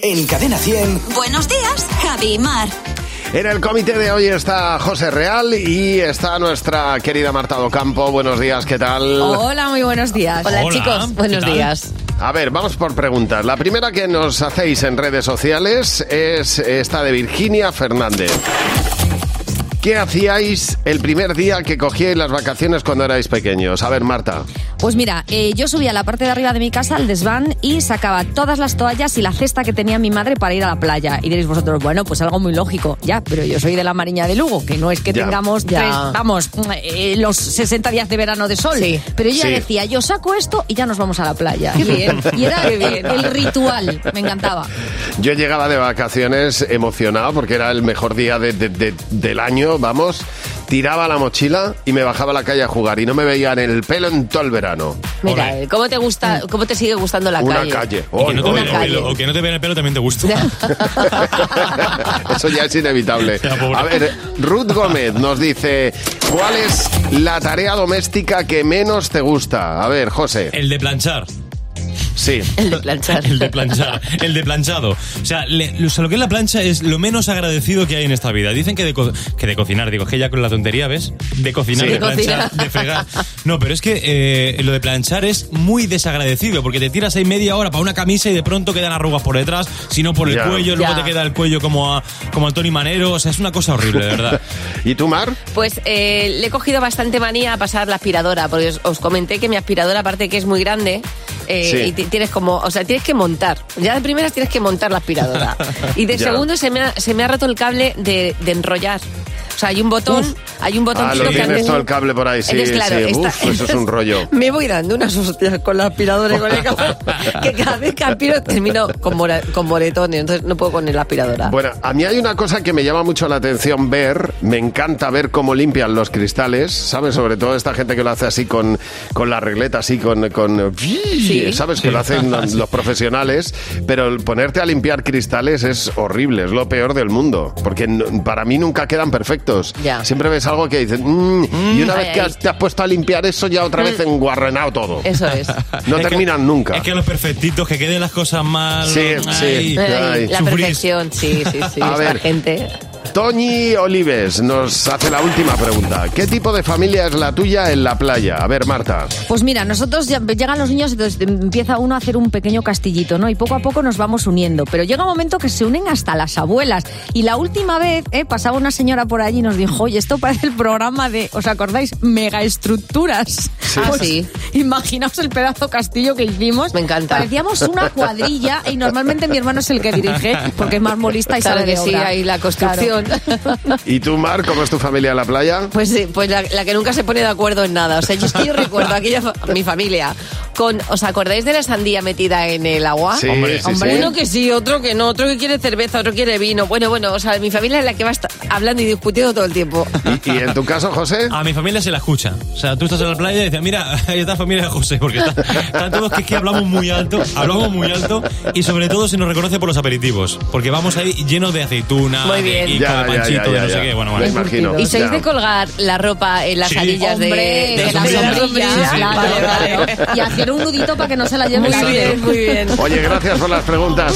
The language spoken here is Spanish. En Cadena 100. Buenos días, Javi y Mar. En el comité de hoy está José Real y está nuestra querida Marta Docampo. Buenos días, ¿qué tal? Hola, muy buenos días. Hola, Hola, chicos. ¿qué Buenos tal? días. A ver, vamos por preguntas. La primera que nos hacéis en redes sociales es esta de Virginia Fernández. ¿Qué hacíais el primer día que cogíais las vacaciones cuando erais pequeños? A ver, Marta. Pues mira, eh, yo subía a la parte de arriba de mi casa, al desván, y sacaba todas las toallas y la cesta que tenía mi madre para ir a la playa. Y diréis vosotros, bueno, pues algo muy lógico, ya, pero yo soy de la Mariña de Lugo, que no es que Ya. tengamos, Ya. tres- vamos, eh, los 60 días de verano de sol. Pero yo ya Sí. decía, yo saco esto y ya nos vamos a la playa. Qué bien. Y era Qué bien. el ritual, me encantaba. Yo llegaba de vacaciones emocionado porque era el mejor día de- de- de- del año, vamos. Tiraba la mochila y me bajaba a la calle a jugar y no me veían el pelo en todo el verano. Mira, eh, ¿cómo te gusta, cómo te sigue gustando la Una calle? calle. O que, Oy, no te oy, vean el oy. pelo, o que no te vean el pelo también te gusta. Eso ya es inevitable. Ya, pobre. A ver, Ruth Gómez nos dice, ¿cuál es la tarea doméstica que menos te gusta? A ver, José. El de planchar. Sí. El de planchar. El de planchar. El de planchado. O sea, le- lo, o sea, lo que es la plancha es lo menos agradecido que hay en esta vida. Dicen que de, co- que de cocinar, digo, es que ya con la tontería, ¿ves? De cocinar, Sí. de De planchar, cocinar. de fregar. No, pero es que eh, lo de planchar es muy desagradecido porque te tiras ahí media hora para una camisa y de pronto quedan arrugas por detrás, sino por el Ya. cuello, luego Ya. te queda el cuello como a, como a Tony Manero. O sea, es una cosa horrible, de verdad. ¿Y tú, Mar? Pues eh, le he cogido bastante manía a pasar la aspiradora, porque os, os comenté que mi aspiradora, aparte que es muy grande, eh, Sí. y ti- tienes como, o sea, tienes que montar. Ya de primeras tienes que montar la aspiradora. Y de Ya. segundo se me, ha, se me ha roto el cable de, de enrollar. O sea, hay un botón, hay un botón Ah, lo que tienes antes- todo el cable por ahí, sí, Entonces, claro, sí. está- Uf, eso es un rollo. Me voy dando unas hostias con la aspiradora y con el cable, que cada vez que aspiro termino con, mora- con moretones, entonces no puedo con la aspiradora. Bueno, a mí hay una cosa que me llama mucho la atención ver, me encanta ver cómo limpian los cristales, ¿sabes? Sobre todo esta gente que lo hace así con, con la regleta, así con... con ¿Sabes? Que lo hacen los, los profesionales, pero el ponerte a limpiar cristales es horrible, es lo peor del mundo, porque no- para mí nunca quedan perfectos. Ya. Siempre ves algo que dices, "Mm", y una ay, vez que ay. has- te has puesto a limpiar eso, ya otra vez enguarrenado todo. Eso es. No Es que- terminan nunca. Es que los perfectitos, que queden las cosas mal. Sí, sí. Ay, Ay. la Sufrís. perfección, sí, sí, sí. A esta ver. gente. Toñi Olives nos hace la última pregunta. ¿Qué tipo de familia es la tuya en la playa? A ver, Marta. Pues mira, nosotros ya- llegan los niños, entonces empieza uno a hacer un pequeño castillito, ¿no? Y poco a poco nos vamos uniendo. Pero llega un momento que se unen hasta las abuelas. Y la última vez ¿eh? pasaba una señora por allí y nos dijo, oye, esto parece el programa de, ¿os acordáis? Megaestructuras. Ah, sí. Imaginaos el pedazo castillo que hicimos. Me encanta. Parecíamos una cuadrilla y normalmente mi hermano es el que dirige porque es más molista y Claro sabe que de sí, obra. ahí la Claro. construcción. ¿Y tú, Mar, cómo es tu familia en la playa? Pues, sí, pues la, la que nunca se pone de acuerdo en nada. O sea, yo, es que yo recuerdo a aquella fa- mi familia con, ¿os acordáis de la sandía metida en el agua? Sí, Hombre, sí, Ah, Hombre, sí. uno que sí, otro que no, otro que quiere cerveza, otro quiere vino. Bueno, bueno, o sea, mi familia es la que va a estar hablando y discutiendo todo el tiempo. ¿Y, y en tu caso, José? A mi familia se la escucha. O sea, tú estás en la playa y dices, mira, ahí está la familia de José, porque está- están todos que, es que hablamos muy alto, hablamos muy alto y sobre todo se nos reconoce por los aperitivos, porque vamos ahí llenos de aceituna, Muy de bien. higo, de panchito, de no sé qué. Bueno, Me bueno. imagino. Y sois ya. de colgar la ropa en las Sí. arillas de, Hombre, de de las la las sombrilla, sombrillas. sombrillas, claro, Vale, vale. claro. Y hacer un nudito para que no se la lleve la Muy bien, muy bien. Oye, gracias por las preguntas.